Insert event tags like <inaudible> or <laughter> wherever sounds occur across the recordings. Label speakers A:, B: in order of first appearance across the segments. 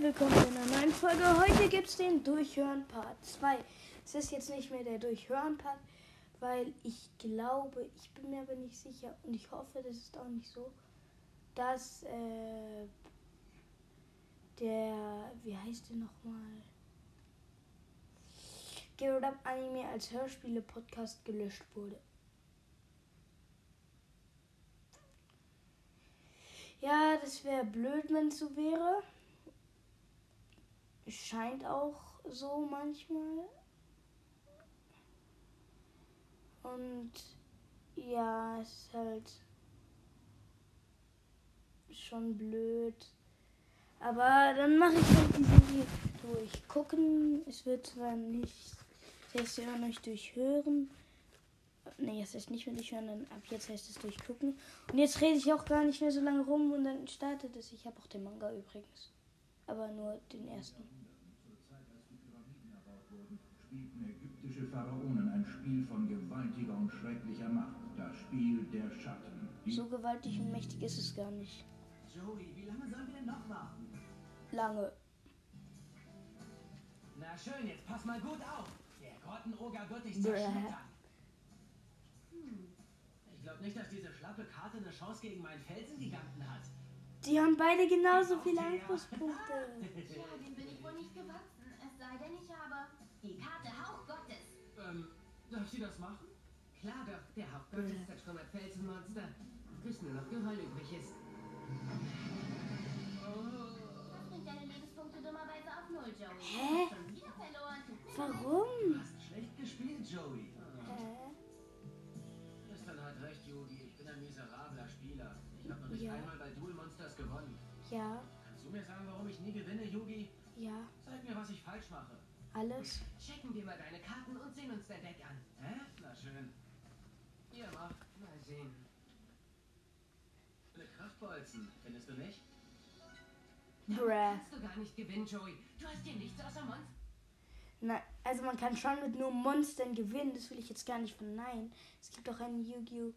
A: willkommen zu einer neuen Folge. Heute gibt es den Durchhören Part 2. Es ist jetzt nicht mehr der Durchhören Part, weil ich glaube, ich bin mir aber nicht sicher und ich hoffe, das ist auch nicht so, dass äh, der, wie heißt der nochmal? Get It Up Anime als Hörspiele-Podcast gelöscht wurde. Ja, das wäre blöd, wenn es so wäre. Scheint auch so manchmal. Und ja, es ist halt schon blöd. Aber dann mache ich halt die Serie durch. Gucken, es wird zwar nicht, das ja nicht durchhören. Nee, es ist nicht mehr durchhören, dann ab jetzt heißt es durchgucken. Und jetzt rede ich auch gar nicht mehr so lange rum und dann startet es. Ich habe auch den Manga übrigens. Aber nur den ersten.
B: Zur Zeit, als die Pyramiden erbaut wurden, spielten ägyptische Pharaonen ein Spiel von gewaltiger und schrecklicher Macht, das Spiel der Schatten. Die
A: So gewaltig und mächtig ist es gar nicht.
C: Joey, wie lange sollen wir denn noch warten?
A: Lange.
C: Na schön, jetzt pass mal gut auf. Der Grottenoger wird dich
A: Bäh.
C: zerschmettern. Hm. Ich glaube nicht, dass diese schlappe Karte eine Chance gegen meinen Felsengiganten
A: <laughs>
C: hat.
A: Die haben beide genauso viele
C: <laughs>
A: Angriffspunkte.
D: Tja, dem bin ich wohl nicht gewachsen. Es sei denn, ich habe die Karte Hauch Gottes.
C: Ähm, darf sie das machen? Klar doch, der Hauptgott ist das schon ein Felsenmonster. Bis nur noch Geröll übrig ist. Oh.
D: Das bringt deine Lebenspunkte dummerweise auf Null, Joey.
A: Hä?
D: Schon wieder verloren.
A: Warum?
C: Hast schlecht gespielt, Joey.
A: Hä?
C: Tristan hat halt recht, Yogi. Ich bin ein miserabler Spieler. Ich habe noch nicht
A: Ja.
C: einmal bei Duel Monsters gewonnen.
A: Ja,
C: Kannst du mir sagen, warum ich nie gewinne, Yogi?
A: ja,
C: Zeig mir, was ich falsch mache.
A: alles.
C: Checken wir mal deine Karten und sehen uns dein Deck an. Hä? Na schön. Ihr macht. Mal sehen. Eine Kraftbolzen, findest du nicht?
A: Bruh.
C: Kannst du gar nicht gewinnen, Joey. Du hast hier nichts außer Monster.
A: Nein, also man kann schon mit nur Monstern gewinnen, das will ich jetzt gar nicht verneinen. Es gibt auch einen Yu-Gi-Oh!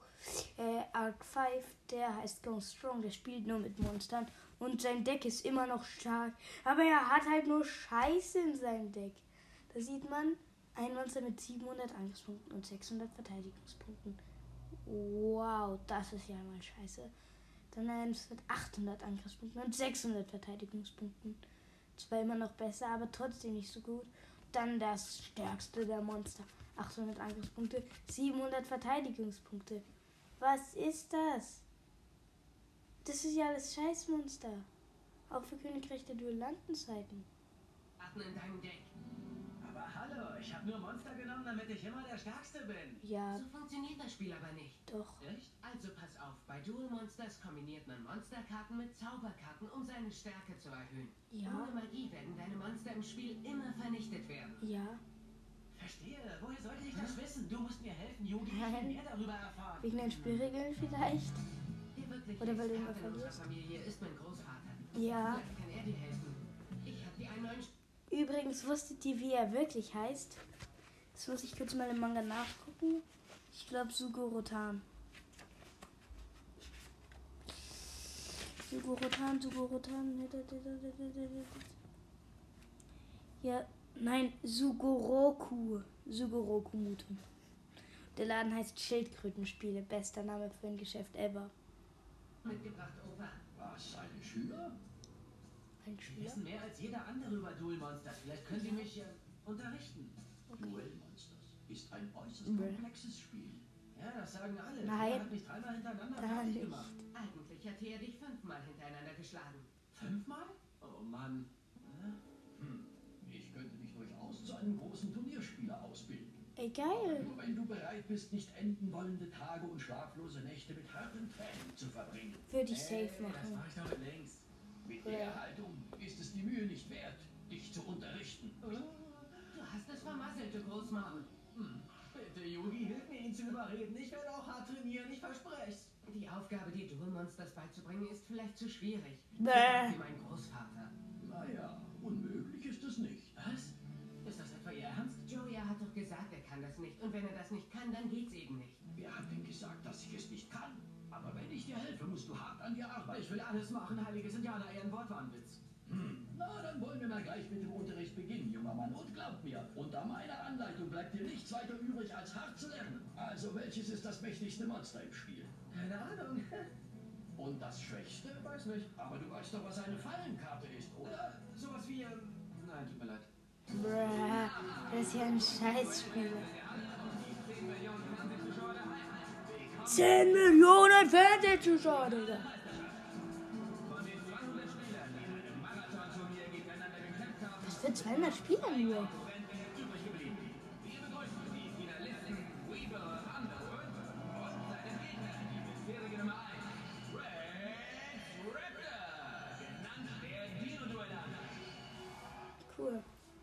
A: Äh, Arc 5, der heißt Go Strong, der spielt nur mit Monstern und sein Deck ist immer noch stark. Aber er hat halt nur Scheiße in seinem Deck. Da sieht man ein Monster mit 700 Angriffspunkten und 600 Verteidigungspunkten. Wow, das ist ja mal Scheiße. Dann eins mit 800 Angriffspunkten und 600 Verteidigungspunkten. Zwar immer noch besser, aber trotzdem nicht so gut. Dann das stärkste der Monster. 800 Angriffspunkte, 700 Verteidigungspunkte. Was ist das? Das ist ja das Scheißmonster. Auch für Königreich der Duellantenzeiten.
C: Karten in deinem Deck. Aber hallo, ich habe nur Monster genommen, damit ich immer der Stärkste bin.
A: Ja,
C: So funktioniert das Spiel aber nicht.
A: doch.
C: Echt? Also pass auf, bei Duel Monsters kombiniert man Monsterkarten mit Zauberkarten, um seine Stärke zu erhöhen.
A: Ja,
C: Ohne Magie werden deine Monster im Spiel immer vernichtet werden.
A: ja.
C: Verstehe, woher sollte ich das wissen? Du musst mir helfen, Yogi. Ich
A: Nein.
C: will mehr darüber erfahren.
A: Wegen den Spielregeln vielleicht?
C: Der wirkliche
A: Oder weil du immer
C: Experte in unserer
A: verlierst.
C: Familie ist mein Großvater.
A: Ja.
C: Vielleicht kann er dir helfen. Ich habe dir einen neuen Sch
A: Übrigens wusstet ihr, wie er wirklich heißt? Das muss ich kurz mal im Manga nachgucken. Ich glaube Sugorotan. Sugorotan, Sugorotan. Ja, nein, Sugoroku. Sugoroku Mutum. Der Laden heißt Schildkrötenspiele. Bester Name für ein Geschäft ever.
C: mitgebracht, Opa.
B: Was, seine Schüler?
A: Ein
C: Sie
A: Schüler?
C: wissen mehr als jeder andere über Duel Monsters. Vielleicht können Sie mich äh, unterrichten.
A: Okay.
B: Duellmonsters ist ein äußerst
A: Bäh.
B: komplexes Spiel.
C: Ja, das sagen alle.
A: Nein.
C: Er hat mich dreimal hintereinander
A: Gar
C: fertig
A: nicht.
C: gemacht. Eigentlich hat er dich fünfmal hintereinander geschlagen. Fünfmal? Oh Mann. Äh,
B: Hm. Ich könnte dich durchaus zu einem großen Turnierspieler ausbilden.
A: Ey, geil.
B: Nur wenn du bereit bist, nicht enden wollende Tage und schlaflose Nächte mit harten Training zu verbringen.
A: Würde ich safe
C: Das
A: machen.
C: war ich doch längst.
B: Mit
A: Bäh.
B: der Haltung ist es die Mühe nicht wert, dich zu unterrichten.
C: Oh, Du hast es vermasselt, du Großmame. Hm. Bitte, Yogi, hilf mir, ihn zu überreden. Ich werde auch hart trainieren, ich verspreche's. Die Aufgabe, die Duel Monsters beizubringen, ist vielleicht zu schwierig.
A: Bäh.
C: Wie mein Großvater.
B: Naja, unmöglich ist es nicht.
C: Was? Ist das etwa Ihr Ernst? Joey hat doch gesagt, er kann das nicht. Und wenn er das nicht kann, dann geht's eben nicht.
B: Wer hat denn gesagt, dass ich es nicht kann? Aber wenn ich dir helfe, musst du hart an dir arbeiten.
C: Ich will alles machen, heiliges Indianer-Ehrenwort war ein Witz.
E: Hm. Na, dann wollen wir mal gleich mit dem Unterricht beginnen, junger Mann. Und glaubt mir, unter meiner Anleitung bleibt dir nichts weiter übrig, als hart zu lernen. Also, welches ist das mächtigste Monster im Spiel?
C: Keine Ahnung.
E: Und das Schwächste?
C: Weiß nicht.
E: Aber du weißt doch, was eine Fallenkarte ist, oder?
C: Oder sowas wie. Ähm, nein, tut mir leid.
A: Bruh, das ist ja ein Scheißspiel. 10 Millionen Fernsehzuschauer, Digga. Was für 200 Spieler nur? Cool.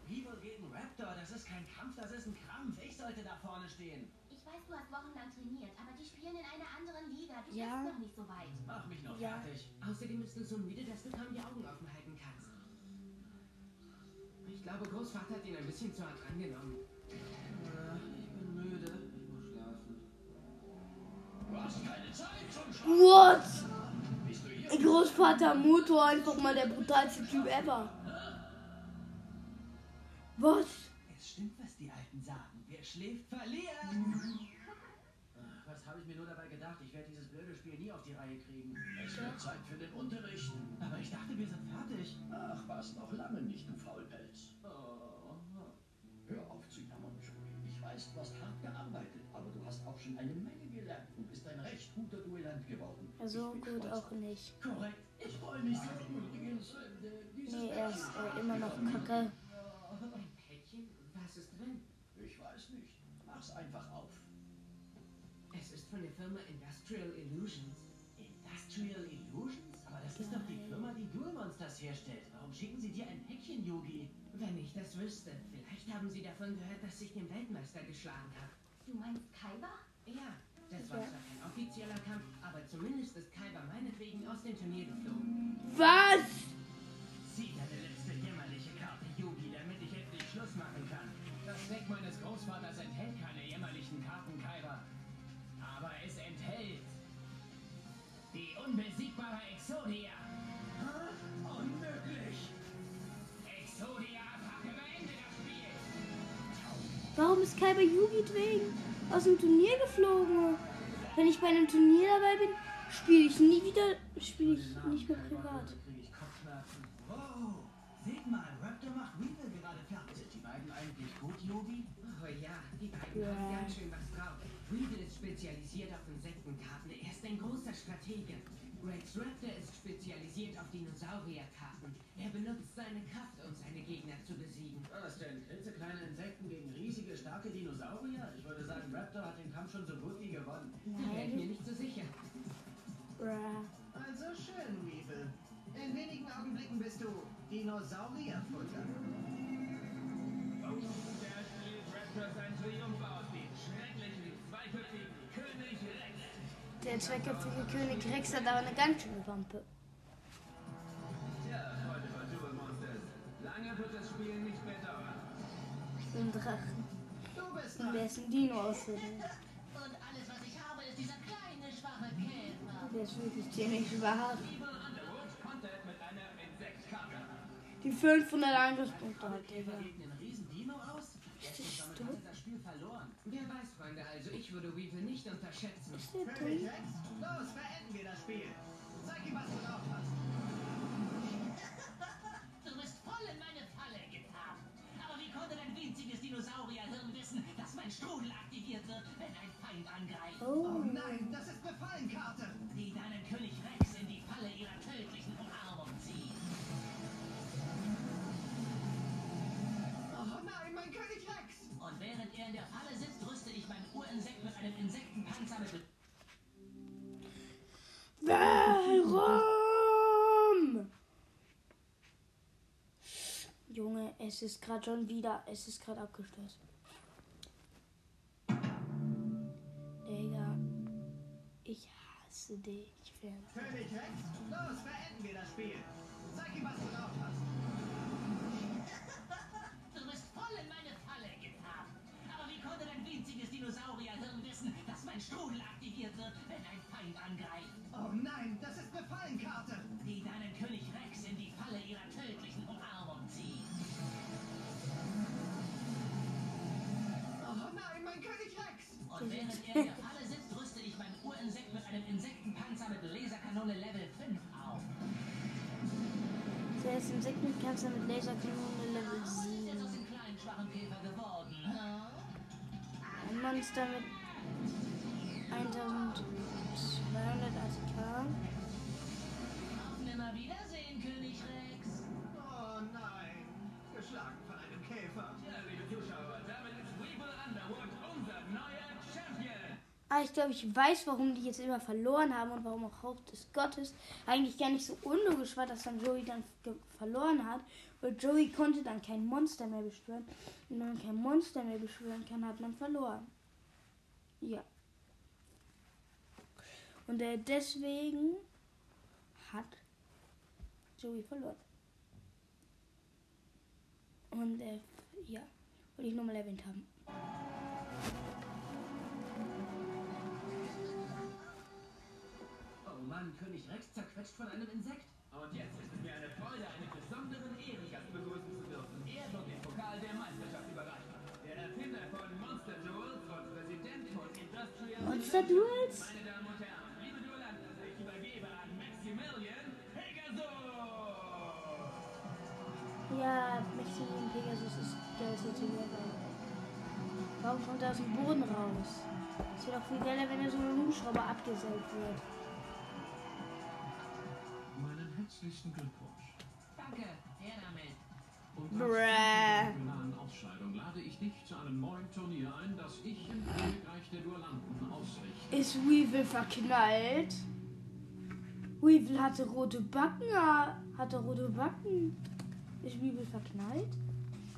C: Beaver gegen Raptor, das ist kein Kampf, das ist ein Krampf. Ich sollte da vorne stehen.
D: Ich weiß, du hast wochenlang trainiert, aber die spielen in einer anderen Liga. Du
A: Ja.
D: bist noch nicht so weit.
C: Mach mich noch
A: Ja.
C: fertig. Außerdem bist du so müde, dass du kaum die Augen offen halten kannst. Ich glaube, Großvater hat ihn ein bisschen zu hart angenommen. Ach, ich bin müde. Ich muss schlafen.
E: Du hast keine Zeit zum Sch...
A: What?
E: Bist du hier?
A: Großvater Muto, einfach mal der brutalste Typ ever. Was?
C: Es stimmt, was die Alten sagen. Wer schläft, verliert. Ach, <laughs> Was habe ich mir nur dabei gedacht? Ich werde dieses blöde Spiel nie auf die Reihe kriegen.
E: Es wird Zeit für den Unterricht.
C: Aber ich dachte, wir sind fertig.
E: Ach, was noch lange nicht, du Faulpelz.
C: Oh.
E: Hör auf zu jammern, Joey. Ich weiß, du hast hart gearbeitet, aber du hast auch schon eine Menge gelernt und bist ein recht guter Duellant geworden.
A: So
E: Ich bin
A: gut
E: stolz
A: auch nicht.
E: Korrekt. Ich freue mich sehr übrigens. äh, Dieses
A: Nee, er ist
E: Päckchen-
A: äh, immer noch kacke.
C: Ein Päckchen? Was ist drin?
E: Ich weiß nicht. Mach's einfach auf.
C: Es ist von der Firma Industrial Illusions. Industrial Illusions? Aber das ist doch die Firma, die Duel Monsters herstellt. Warum schicken sie dir ein Päckchen, Yogi? Wenn ich das wüsste. Vielleicht haben sie davon gehört, dass ich den Weltmeister geschlagen habe.
D: Du meinst Kaiba?
C: Ja, das war
A: Ja.
C: zwar kein offizieller Kampf, aber zumindest ist Kaiba meinetwegen aus dem Turnier geflogen.
A: Was?
C: Zieh deine letzte jämmerliche Karte, Yogi, damit ich endlich Schluss machen kann. Das Deck meines Großvaters enthält keine jämmerlichen Karten, Kaiba.
E: Aber es enthält die unbesiegbare Exodia. Unmöglich. Exodia-Attacke beendet das Spiel.
A: Warum ist Kaiba Yugi wegen aus dem Turnier geflogen? Wenn ich bei einem Turnier dabei bin, spiele ich nie wieder, spiele ich nicht mehr privat.
C: Krieg ich Kopfschmerzen. Wow! Seht mal, Raptor macht Weevil gerade fertig. Sind die beiden eigentlich gut, Yogi? Oh ja, die beiden
A: Ja.
C: haben ganz schön was drauf. Weevil ist spezialisiert auf Insektenkarten. Er ist ein großer Stratege. Rex Raptor ist spezialisiert auf Dinosaurierkarten. Er benutzt seine Kraft, um seine Gegner zu besiegen.
E: Was denn? Klitzekleine Insekten gegen riesige, starke Dinosaurier? Ich würde sagen, Raptor hat den Kampf schon so gut wie gewonnen.
C: Da wäre ich mir
A: Nein,
C: nicht so sicher.
A: bruh.
E: Also schön, Weevil. In wenigen Augenblicken bist du Dinosaurierfutter.
A: Der zweiköpfige König Rex hat aber eine ganz schöne Wampe. Ich bin ein Drachen.
E: Du bist
A: Und der ist ein Dino außerdem.
D: Und alles, was ich habe, ist dieser kleine, schwache Käfer.
A: Der ist wirklich ziemlich schwach. Die 500 Angriffspunkte hat er.
C: Er gegen den Riesen-Dino aus?
A: Richtig
C: Damit
A: dumm.
C: hat er das Spiel verloren. Wer weiß, Freunde, also ich würde Weevil nicht unterschätzen.
A: Ist der dumm?
E: Los, beenden wir das Spiel. Zeig ihm, was du drauf hast.
D: Du bist voll in meine Falle getappt. Aber wie konnte dein winziges Dinosaurierhirn wissen, dass mein Strudel aktiviert wird, wenn ein Feind angreift?
A: Oh.
E: Nein, das ist eine Fallenkarte.
D: die deinen König Rex in die Falle ihrer tödlichen Umarmung zieht.
E: Oh nein, mein König Rex.
D: Und während er in der Falle sitzt, rüste ich mein Urinsekt mit einem Insektenpanzer mit
A: Warum? Junge, es ist gerade schon wieder, es ist gerade abgestürzt. Digga, ich hasse dich. Ich werde
E: König Rex, los, beenden wir das Spiel. Zeig ihm, was du drauf hast.
D: Du bist voll in meine Falle getappt. Aber wie konnte dein winziges Dinosaurierhirn wissen, dass mein Strudel aktiviert wird, wenn ein Feind angreift?
E: Oh nein, das ist eine Fallenkarte.
D: Die deinen König Rex in die Falle ihrer tödlichen
E: Oh
A: Er ist Insektenkämpfer mit Laserkanone Level 7.
D: Aus dem kleinen, schwachen Käfer geworden.
A: Ein Monster mit 1200 ATK.
D: Auf nimmer Wiedersehen, König Rex.
C: Oh nein, geschlagen von einem Käfer.
E: Ja, liebe Zuschauer, damit ist Weevil Underwood unser neuer Champion.
A: Ah, ich glaube, ich weiß, warum die jetzt immer verloren haben und warum auch Haupt des Gottes eigentlich gar nicht so unlogisch war, dass dann Joey dann ge- verloren hat. Weil Joey konnte dann kein Monster mehr beschwören. Und wenn man kein Monster mehr beschwören kann, hat man verloren. Ja. Und äh, deswegen hat Joey verloren. Und äh, ja, wollte ich nur mal erwähnt haben.
C: Oh Mann, König Rex zerquetscht von einem Insekt.
E: Und jetzt ist es mir eine Freude, einen besonderen Ehrengast begrüßen zu dürfen. Er wird den Pokal der Meisterschaft überreichen. Der Erfinder von Monster Duels und Präsident von Industrial
A: Monster Duels?
E: Meine Damen und Herren, liebe Duellanten, ich übergebe an Maximilian Pegasus.
A: Ja, Maximilian Pegasus ist der ist jetzt hier Warum kommt er aus dem Boden raus? Es wäre doch viel geiler, wenn er so einen Hubschrauber abgesägt wird.
B: Meinen herzlichen Glückwunsch.
D: Danke, her damit.
B: Und
A: Bruh.
B: nach der nahen Ausscheidung lade ich dich zu einem neuen Turnier ein, das ich im Königreich der Duellanten ausrichte.
A: Ist Weevil verknallt? Weevil hatte rote Backen. ah, Hatte rote Backen. Ist Weevil verknallt?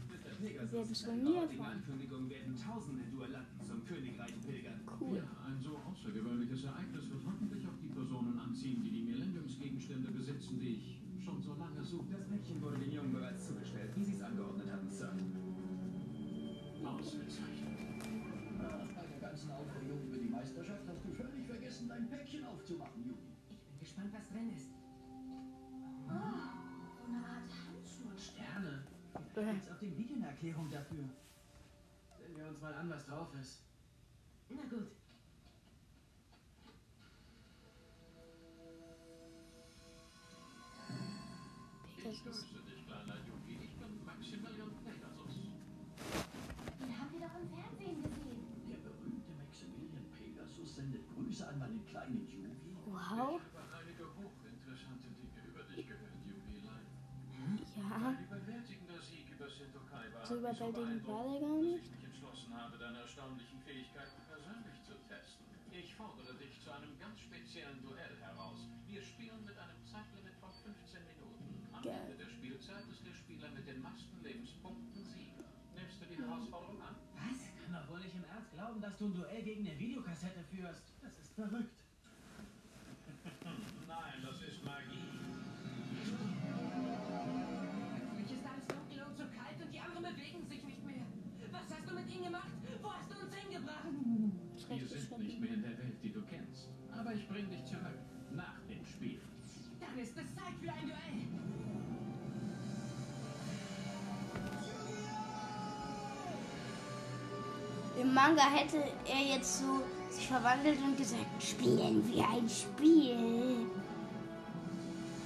E: Mr. Pegasus
A: Wir hatten
E: ist
A: schon
E: ein
A: nie
E: Lord. Wegen
A: erfahren.
E: Ankündigung werden tausende Duellanten zum Königreich pilgern.
A: Cool.
B: Ja, ein so außergewöhnliches Ereignis wird hoffentlich auch die Personen anziehen, die die Millenniumsgegenstände besitzen, die ich schon so lange suche.
E: Das Mädchen wurde den Jungen bereits zugestellt, wie sie es angeordnet hatten, Sir.
B: Ausgezeichnet.
E: Ach, bei der ganzen Aufregung über die Meisterschaft hast du völlig vergessen, dein Päckchen aufzumachen, Jungen.
C: Ich bin gespannt, was drin ist.
F: So eine Art Handschuhe.
C: Sterne. Gibt's auf dem Video eine Erklärung dafür?
E: Sehen wir uns mal an, was drauf ist.
C: Na gut.
B: Ich
A: Pegasus.
B: grüße dich, kleiner Yugi. Ich bin Maximilian Pegasus.
F: Den haben wir doch im Fernsehen gesehen.
E: Der berühmte Maximilian Pegasus sendet Grüße an meinen kleinen Yugi.
A: Wow.
B: Ich habe einige hochinteressante Dinge über dich gehört, Jubilein.
A: Ja.
B: Dein überwältigender Sieg über Sinto Kai war
A: So
B: mich
A: überwältigend
B: beeindruckt,
A: war der gar
B: dass
A: nicht.
B: ich mich entschlossen habe, deine erstaunlichen Fähigkeiten persönlich zu testen. Ich fordere dich zu einem ganz speziellen Duell heraus. Wir spielen mit einem Zeitlimit von 15 Minuten. Am
A: Geil.
B: Ende der Spielzeit ist der Spieler mit den meisten Lebenspunkten Sieger. Nimmst du die Herausforderung an?
C: Was? Kann doch wohl nicht im Ernst glauben, dass du ein Duell gegen eine Videokassette führst. Das ist verrückt.
B: Nein, das ist Magie.
D: Mich ist alles dunkel und zu kalt und die anderen bewegen sich nicht mehr. Was hast du mit ihnen gemacht? Wo hast du uns hingebracht?
A: Das
B: Wir
A: Recht ist
B: sind nicht
A: verbunden.
B: mehr in der Welt, die du kennst. Aber ich bring dich zurück. Nach dem Spiel.
D: Dann ist es Zeit für ein Duell.
A: Im Manga hätte er jetzt so sich verwandelt und gesagt, spielen wir ein Spiel.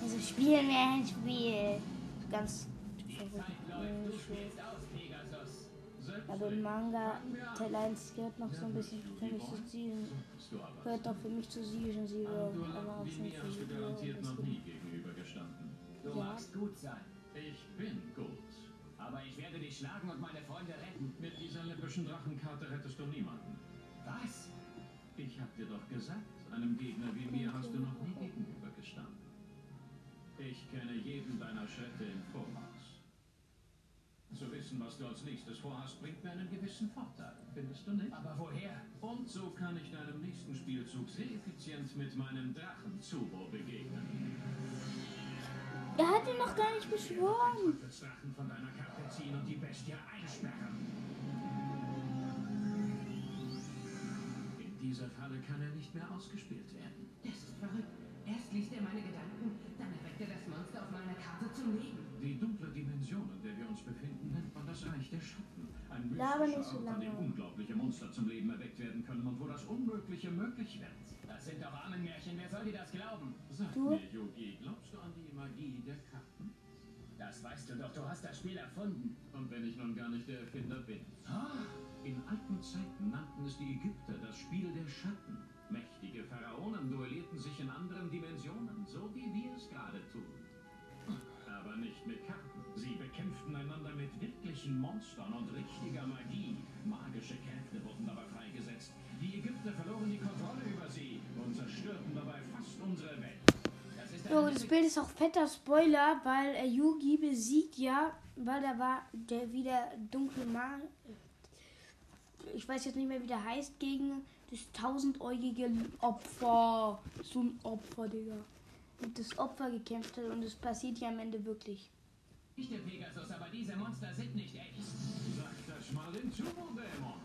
A: Also spielen wir ein Spiel. Ganz verrückt.
E: aus, Pegasus.
A: Aber im Manga Teil 1 gehört noch so ein bisschen für mich zu Season.
B: Bist du aber.
A: Gehört noch für mich zu Season Zero.
B: Du
A: Aber auch
B: wie
A: schon
B: mir hast du
A: für Video.
B: garantiert noch nie gegenübergestanden.
E: Du
A: Ja.
E: magst gut sein,
B: Ich bin gut.
E: aber ich werde dich schlagen und meine Freunde retten.
B: Mit dieser läppischen Drachenkarte rettest du niemanden.
E: Was?
B: Ich hab dir doch gesagt, einem Gegner wie mir hast du noch nie gegenübergestanden. Ich kenne jeden deiner Schritte im Voraus. Zu wissen, was du als nächstes vorhast, bringt mir einen gewissen Vorteil. Findest du nicht?
E: Aber woher?
B: Und so kann ich deinem nächsten Spielzug sehr effizient mit meinem Drachen Zubo begegnen.
A: Er hat ihn noch gar nicht beschworen.
B: Ich will Drachen von deiner Karte ziehen und die Bestie einsperren. In dieser Falle kann er nicht mehr ausgespielt werden.
D: Das ist verrückt. Erst liest er meine Gedanken, dann erweckt er das Monster auf meiner Karte zum Leben.
B: Die dunkle Dimension, in der wir uns befinden, nennt man das Reich der Schatten. Ein
A: Laber nicht
B: mystischer
A: so
B: Ort, an dem
A: lange.
B: unglaubliche Monster zum Leben erweckt werden können und wo das Unmögliche möglich wird.
E: Das sind doch Armenmärchen, wer soll dir das glauben?
B: Sag
A: Du?
B: mir, Yogi, glaubst du an die Magie der Karten?
E: Das weißt du doch, du hast das Spiel erfunden.
B: Und wenn ich nun gar nicht der Erfinder bin. Ah, In alten Zeiten nannten es die Ägypter das Spiel der Schatten. Mächtige Pharaonen duellierten sich in anderen Dimensionen, so wie wir es gerade tun. Aber nicht mit Karten. Sie bekämpften einander mit wirklichen Monstern und richtiger Magie. Magische Kräfte wurden dabei freigesetzt. Die Ägypter verloren die Kontrolle über sie und zerstörten dabei fast unsere Welt.
E: Das ist
A: So,
E: eine
A: das Bild ist auch fetter Spoiler, weil äh, Yugi besiegt ja, weil da war der wieder dunkle Mal. Ich weiß jetzt nicht mehr, wie der heißt, gegen das tausendäugige Opfer. So ein Opfer, Digga. Und das Opfer gekämpft hat und das passiert ja am Ende wirklich.
E: echte Pegasus, aber diese Monster sind nicht echt.
B: Sagt das mal den Turbodämon.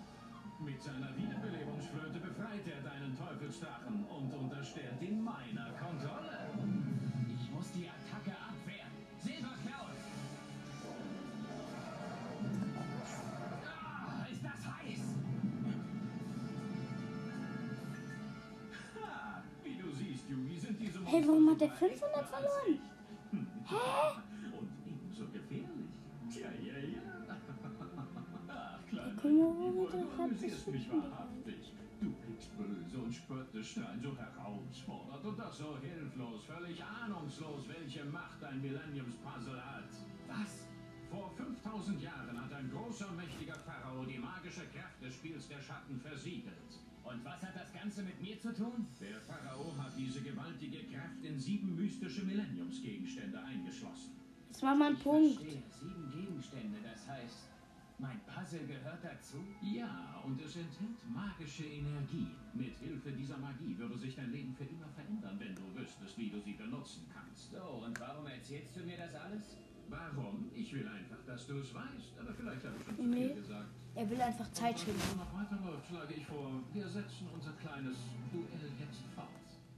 B: Mit seiner Wiederbelebungsflöte befreit er deinen Teufelsdrachen und unterstellt ihn meiner Kontrolle.
E: Ich muss die Attacke abwehren. Silberklaue! Ah, ist das heiß!
B: Ha! Wie du siehst, Yugi, sind diese
A: Hey, warum hat
B: Monster
A: der 500
B: sogar echter als
A: verloren?
B: ich. Hm. Und ebenso gefährlich. Tja, ja, ja. Ach, kleiner
A: Kummerer
B: Yugi,
A: hat
B: du
A: doch
B: amüsierst
A: das
B: mich
A: Gefühl.
B: wahrhaftig. Du blickst böse und spöttisch, nein, so herausfordernd und das so hilflos, völlig ahnungslos, welche Macht ein Millenniums-Puzzle hat.
E: Was?
B: Vor 5000 Jahren hat ein großer, mächtiger Pharao die magische Kraft des Spiels der Schatten versiegelt.
E: Und was hat das Ganze mit mir zu tun?
B: Der Pharao hat diese gewaltige Kraft in sieben mystische Millenniumsgegenstände eingeschlossen.
A: Jetzt mach mal einen
E: ich
A: Punkt.
E: verstehe. Sieben Gegenstände, das heißt, mein Puzzle gehört dazu?
B: Ja, und es enthält magische Energie. Mit Hilfe dieser Magie würde sich dein Leben für immer verändern, wenn du wüsstest, wie du sie benutzen kannst.
E: So, und warum erzählst du mir das alles?
B: Warum? Ich will einfach, dass du es weißt. Aber vielleicht habe ich schon zu
A: Nee.
B: viel gesagt.
A: Er will einfach Zeit
B: Und weil
A: schinden.
B: es so noch weiterläuft, schlage ich vor, wir setzen unser kleines Duell jetzt fort.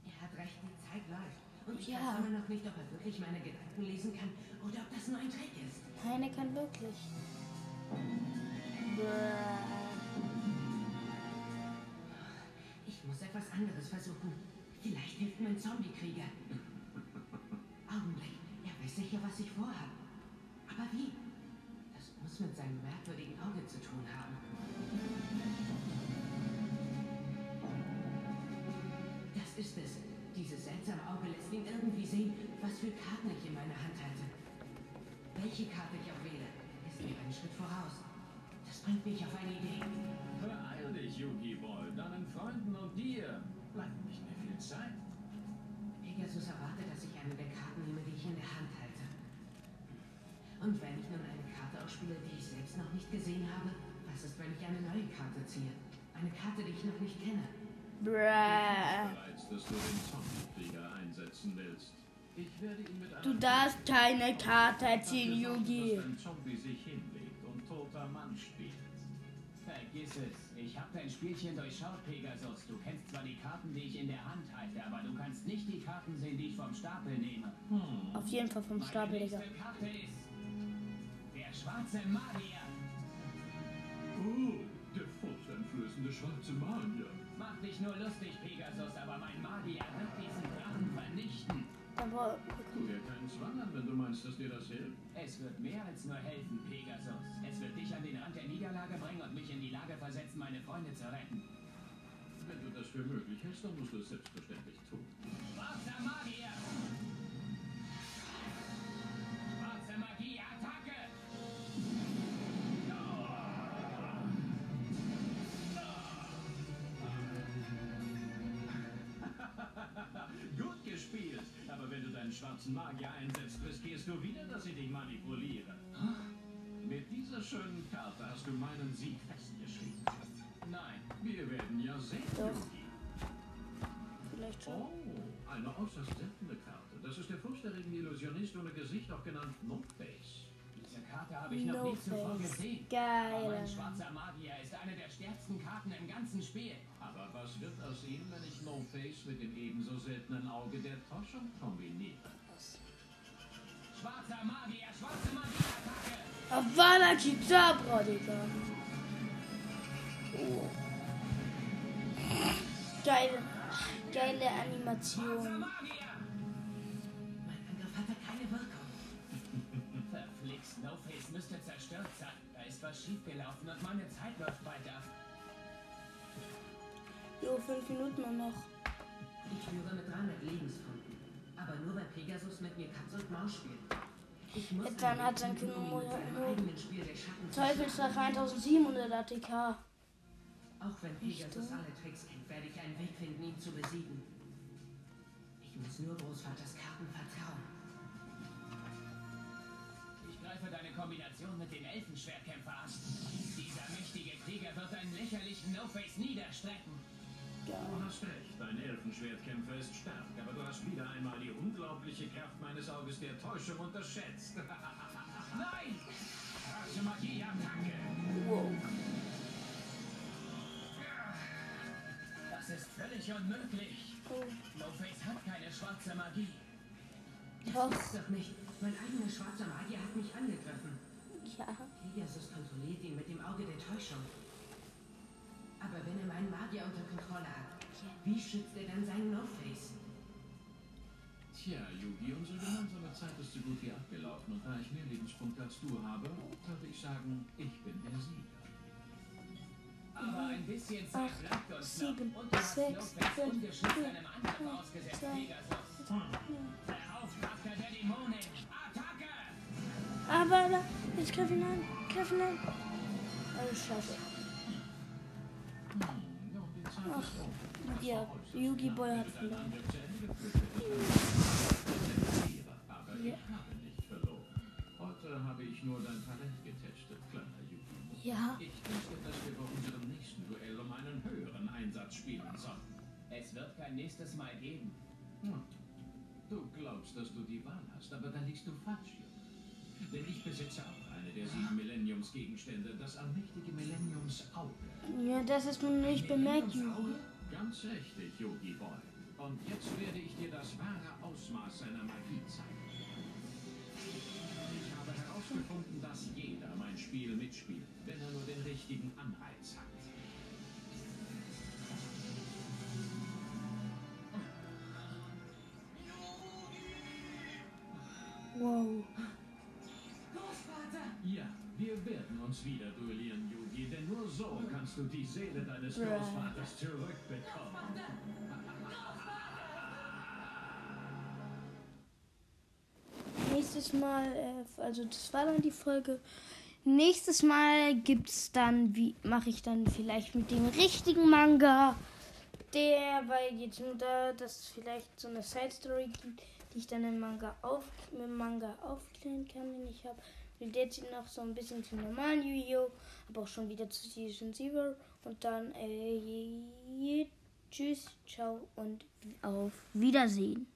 C: Er hat recht, die Zeit läuft. Und ich
A: Ja.
C: weiß immer noch nicht, ob er wirklich meine Gedanken lesen kann oder ob das nur ein Trick ist.
A: Nein, er kann wirklich. Brrr.
C: Ich muss etwas anderes versuchen. Vielleicht hilft mein Zombie-Krieger. Augenblick, er weiß sicher, was ich vorhabe. Aber wie? Das muss mit seinem merkwürdigen Auge zu tun haben. Das ist es. Dieses seltsame Auge lässt ihn irgendwie sehen, was für Karten ich in meiner Hand halte. Welche Karte ich auch wähle, ist mir einen Schritt voraus. Das bringt mich auf eine Idee.
B: Beeil dich, Yugi Boy, deinen Freunden und dir. Bleibt nicht mehr viel Zeit.
C: Pegasus erwartet, dass ich eine der Karten nehme, die ich in der Hand halte. Und wenn ich nun eine Karte ausspiele, die ich selbst noch nicht gesehen habe, was ist, wenn ich eine neue Karte ziehe? Eine Karte, die ich noch nicht kenne.
A: Brrr.
B: Bereits, dass du den Zombiekrieger einsetzen willst. Ich werde ihn mit
A: Du
B: einer-
A: darfst keine Karte
B: Dafür
A: erzielen,
B: sorgen,
A: Yugi.
B: Dass ein Zombie sich hinlegt und toter Mann spielt.
E: Vergiss es. Ich hab dein Spielchen durchschaut, Pegasus. Du kennst zwar die Karten, die ich in der Hand halte, aber du kannst nicht die Karten sehen, die ich vom Stapel nehme.
A: Auf jeden Fall vom Stapel,
E: Meine
A: Digga.
E: nächste Karte ist der schwarze Magier.
B: Oh, der furchteinflößende schwarze Magier.
E: Mach dich nur lustig, Pegasus, aber mein Magier wird diesen Drachen vernichten.
A: Aber
B: Tu dir keinen Zwang an, wenn du meinst, dass dir das hilft.
E: Es wird mehr als nur helfen, Pegasus. Es wird dich an den Rand der Niederlage bringen und mich in die Lage versetzen, meine Freunde zu retten.
B: Wenn du das für möglich hältst, dann musst du es selbstverständlich tun.
E: Schwarzer Magier! Schwarze Magie, <laughs> Attacke!
B: Gut gespielt, aber wenn du deinen schwarzen Magier einsetzt, riskierst du wieder, dass ich dich manipuliere. Mit dieser schönen Karte hast du meinen Sieg festgeschrieben.
E: Nein.
B: Wir werden ja sehen.
A: Doch.
B: Yugi.
A: vielleicht schon.
B: Oh, eine äußerst seltene Karte. Das ist der furchterregende Illusionist ohne Gesicht, auch genannt Noteface.
E: Diese Karte habe ich noch nie zuvor
A: No-Face.
E: gesehen. Aber
A: Geil.
E: mein schwarzer Magier ist eine der stärksten Karten im ganzen Spiel.
B: Aber was wird aus ihm, wenn ich Noteface mit dem ebenso seltenen Auge der Forschung kombiniere?
E: Schwarzer Magier, schwarze Magie, Attacke!
A: Avada Kedavra, Digga. Oh. Geile, geile Animation.
E: Magier!
C: Mein Angriff hatte keine Wirkung. müsste zerstört sein. Da ist was schiefgelaufen und meine Zeit läuft weiter.
A: Jo, fünf Minuten nur noch.
C: Ich führe mit 300 Lebenspunkten. Aber nur weil Pegasus mit mir Katz und Maus spielt. Ich muss
A: Ethan
C: einen
A: hat sein
C: Weg finden, um
A: Kimono-
C: ihn mit seinem eigenen Spiel der Schatten zu
A: Teufelsdrache 1700 ATK.
C: Auch wenn Pegasus alle Tricks kennt, werde ich einen Weg finden, ihn zu besiegen. Ich muss nur Großvaters Karten vertrauen. Ich greife deine Kombination mit dem Elfenschwertkämpfer an. Dieser mächtige Krieger wird einen lächerlichen No-Face niederstrecken.
G: Du hast recht, dein Elfenschwertkämpfer ist stark, aber du hast wieder einmal die unglaubliche Kraft meines Auges der Täuschung unterschätzt. <laughs> Nein! Krasse Magieattacke!
A: Wow.
C: Das ist völlig unmöglich.
A: Oh,
C: No-Face hat keine schwarze Magie.
A: Doch,
C: Ist doch nicht. Mein eigener schwarzer Magier hat mich angegriffen.
A: ja.
C: Pegasus kontrolliert ihn mit dem Auge der Täuschung. Aber wenn er meinen Magier unter Kontrolle hat, wie schützt er dann seinen No-Face?
G: Tja, Yugi, unsere gemeinsame Zeit ist so gut wie abgelaufen und da ich mehr Lebenspunkte als du habe, darf ich sagen, ich bin der Sieger.
C: Aber ein bisschen Zeit
A: Acht,
C: bleibt uns
A: sieben,
C: noch. Und du hast
A: sechs,
C: No-Face
A: fünf,
C: ungeschützt
A: vier,
C: einem Angriff
A: drei,
C: ausgesetzt,
A: zwei,
C: Pegasus. Beauftragter der Dämonen, Attacke!
A: Aber da, jetzt griff ihn an, griff ihn an. Oh, scheiße.
G: Ja, und die Zeit
A: Ach,
G: ist um.
A: Ja, Yugi Boy hat verloren.
G: Angriff zu Ende geführt wird. Aber ich
A: Ja.
G: habe nicht verloren. Heute habe ich nur dein Talent getestet, kleiner Yugi.
A: Ja,
G: Ich wünschte, dass wir bei unserem nächsten Duell um einen höheren Einsatz spielen sollten.
C: Es wird kein nächstes Mal geben.
G: Hm. Du glaubst, dass du die Wahl hast, aber da liegst du falsch, Junge. Denn ich besitze auch eine der sieben Millenniumsgegenstände, das allmächtige Millenniumsauge.
A: ja das ist mir nicht bemerkt, Yugi.
G: Ganz richtig, Yogi Boy. Und jetzt werde ich dir das wahre Ausmaß seiner Magie zeigen. Ich habe herausgefunden, dass jeder mein Spiel mitspielt, wenn er nur den richtigen Anreiz hat.
A: Wow.
C: Großvater!
G: Ja, wir werden uns wieder duellieren, Yogi, denn nur so kannst du die Seele deines
A: Bruh.
G: Großvaters zurückbekommen.
A: Nächstes Mal, äh, also das war dann die Folge. Nächstes Mal gibt's dann, wie mache ich dann vielleicht mit dem richtigen Manga, der bei jetzt nur da, dass es vielleicht so eine Side Story gibt, die ich dann im Manga auf, mit dem Manga aufklären kann, den ich habe. Und jetzt sieht noch so ein bisschen zum normalen Yu-Gi-Oh, aber auch schon wieder zu Season Zero. Und dann äh, tschüss, ciao und auf Wiedersehen.